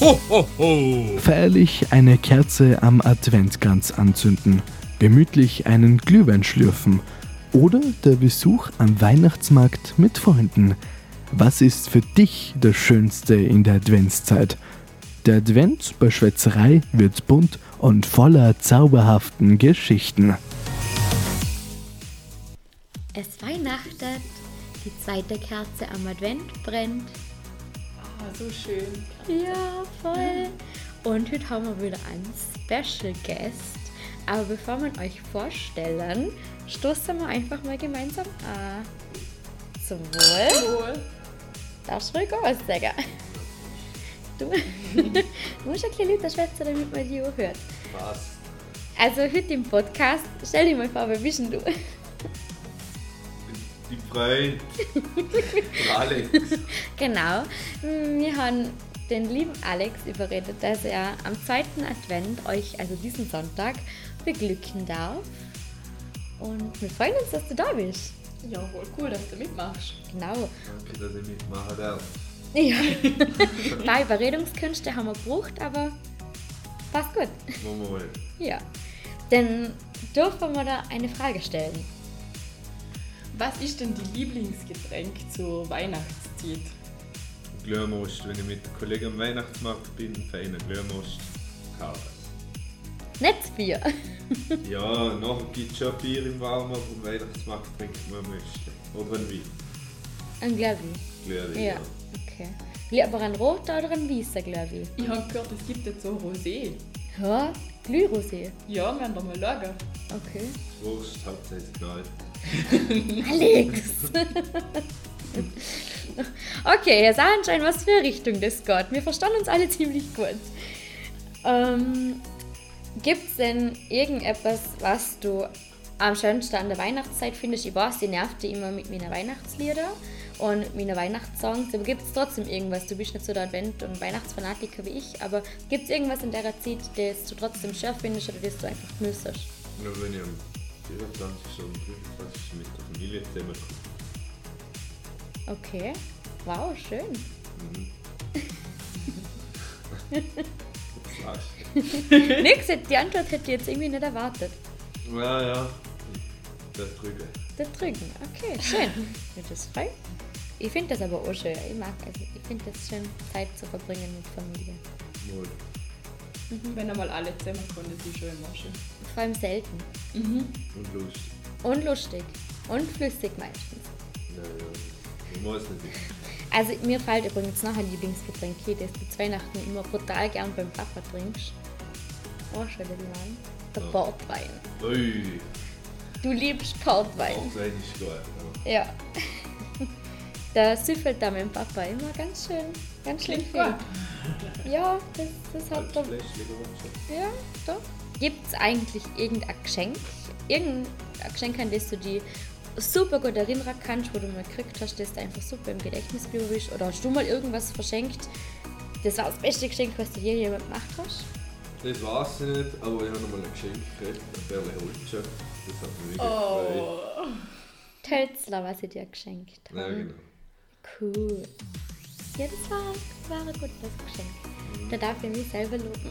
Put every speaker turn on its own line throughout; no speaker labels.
Ho, ho, ho.
Feierlich eine Kerze am Adventkranz anzünden, gemütlich einen Glühwein schlürfen oder der Besuch am Weihnachtsmarkt mit Freunden. Was ist für dich das Schönste in der Adventszeit? Der Advent bei Schwätzerei wird bunt und voller zauberhaften Geschichten.
Es weihnachtet, die zweite Kerze am Advent brennt.
Ah, so schön.
Ja, voll. Und heute haben wir wieder einen Special Guest. Aber bevor wir ihn euch vorstellen, stoßen wir einfach mal gemeinsam an. Zum Wohl.
Cool.
Darfst du ruhig was sagen? Du du musst ein bisschen lauter schwätzen, damit man dich auch hört.
Was?
Also heute im Podcast, stell dir mal vor, wer bist denn du?
Die Frei. Der Alex.
Genau. Wir haben den lieben Alex überredet, dass er am zweiten Advent euch, also diesen Sonntag, beglücken darf. Und wir freuen uns, dass du da bist.
Ja, voll cool, dass du mitmachst.
Genau.
Danke, dass ich mitmachen darf.
Ja. Ein paar Überredungskünste haben wir gebraucht, aber passt gut.
Machen wir mal.
Ja. Dann dürfen wir da eine Frage stellen.
Was ist denn die Lieblingsgetränk zur Weihnachtszeit?
Glühmost. Wenn ich mit einem Kollegen am Weihnachtsmarkt bin, für einen Glühmost kaufen.
Netzbier.
Ja, nachher gibt es schon Bier im Warmen, vom Weihnachtsmarkt trinkt man möchte. Oder ein Wein.
Ein Glöwi.
Glühwein.
Ja. Okay. Lieber ein roter oder ein weißer Glöwi?
Ich habe gehört, es gibt jetzt so Rosé.
Ja, Glührosé.
Ja, werden wir mal schauen.
Okay.
Wurst, hauptsächlich egal.
Alex! okay, Herr Sahnstein, was für eine Richtung das geht. Wir verstanden uns alle ziemlich gut. Ähm, Gibt es denn irgendetwas, was du am schönsten an der Weihnachtszeit findest? Ich weiß, die nervt dich immer mit meinen Weihnachtslieder und mit meinen Weihnachtssongs, aber gibt es trotzdem irgendwas? Du bist nicht so der Advent- und Weihnachtsfanatiker wie ich, aber gibt es irgendwas in der Zeit, das du trotzdem schön findest oder das du einfach müsstest?
Nur wenn ich am 24. und 25. mit der Familie zusammenkomme.
Okay, wow, schön.
Das war's.
Nix, die Antwort hätte ich jetzt irgendwie nicht erwartet.
Ja, ja. Das drüben.
Da drüben, okay, schön. Wird das frei? Ich finde das aber auch schön. Ich mag, also ich finde das schön, Zeit zu verbringen mit Familie.
Mal.
Wenn einmal alle zusammenkommen, das ist schon immer schön.
Vor allem selten.
Und lustig.
Und lustig. Und flüssig meistens.
Ja, ja. Ich weiß nicht.
Also mir fällt übrigens noch ein Lieblingsgetränk hier, das du zu Weihnachten immer brutal gern beim Papa trinkst. Oh, schau dir den an. Der
Ja.
Portwein.
Ui.
Du liebst Portwein.
Auch sein ist geil. Ja.
Ja. Da süffelt da mein Papa immer ganz schön. Ganz schön
Klingt
viel. Ja, das, das hat er.
Fleischleberwurst.
Ja, doch. Gibt es eigentlich irgendein Geschenk? Irgendein Geschenk, an das du dich super gut erinnern kannst, wo du mal gekriegt hast, das dir einfach super im Gedächtnis geblieben ist? Oder hast du mal irgendwas verschenkt? Das war das beste Geschenk, was du je jemand gemacht hast?
Das war's nicht, aber ich habe nochmal ein Geschenk gekriegt, ein Berle Holzscher. Das hat mich wirklich gefreut.
Oh.
Tölzler, was ich dir geschenkt habe.
Ja, genau.
Cool. Ja, das war, das war ein gutes Geschenk. Da darf ich mich selber loben.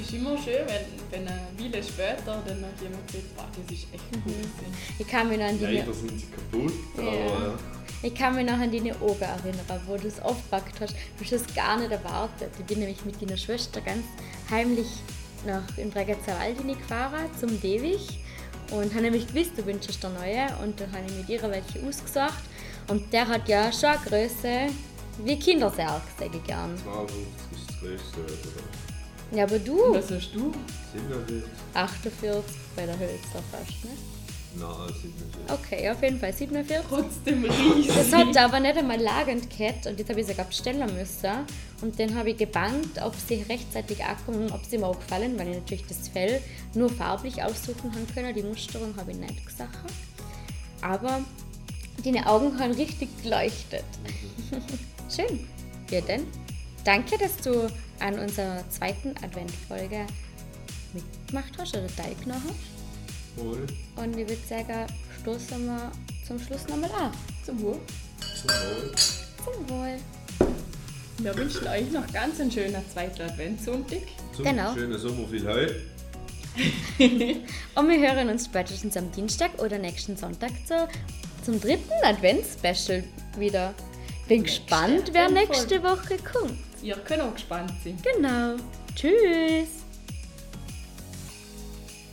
Ist immer schön, wenn, wenn eine Weile später dann noch jemand sagt, boah, das ist
Mhm.
echt cool. gewesen."
Ich kann mich noch an die
Leider sind sie kaputt, aber
Ich kann mich noch an deine Oger erinnern, wo du es aufgepackt hast. Du hast es gar nicht erwartet. Ich bin nämlich mit deiner Schwester ganz heimlich nach in Bregenzerwald gefahren zum Dewig und habe nämlich gewusst, du wünschst dir neue und dann habe ich mit ihrer welche ausgesucht und der hat ja schon eine Größe wie Kinderserg, sage ich gern.
52 ist das größte äh, oder
Ja, aber du,
Was hast du?
47?
48 bei der Hölzer fast, ne?
Nein, 47.
Okay, auf jeden Fall 47.
Trotzdem riesig.
Das hat er aber nicht einmal lagend gehabt und jetzt habe ich sogar bestellen müssen. Und dann habe ich gebannt, ob sie rechtzeitig ankommen, ob sie mir auch gefallen, weil ich natürlich das Fell nur farblich aussuchen haben können. Die Musterung habe ich nicht gesagt. Aber deine Augen haben richtig geleuchtet. Schön. Ja denn. Danke, dass du an unserer zweiten Adventfolge mitgemacht hast oder teilgenommen hast.
Wohl.
Und ich würde sagen, stoßen wir zum Schluss nochmal an.
Zum Wohl.
Zum Wohl.
Zum Wohl.
Wir wünschen euch noch ganz einen schönen zweiten Adventssonntag.
Zum
Genau.
schönen Sommer viel Heu.
Und wir hören uns spätestens am Dienstag oder nächsten Sonntag zu, zum dritten Advents-Special wieder. Bin
Nächste
gespannt, wer
Advent-Folge.
nächste Woche kommt.
Ihr könnt auch gespannt sein.
Genau. Tschüss.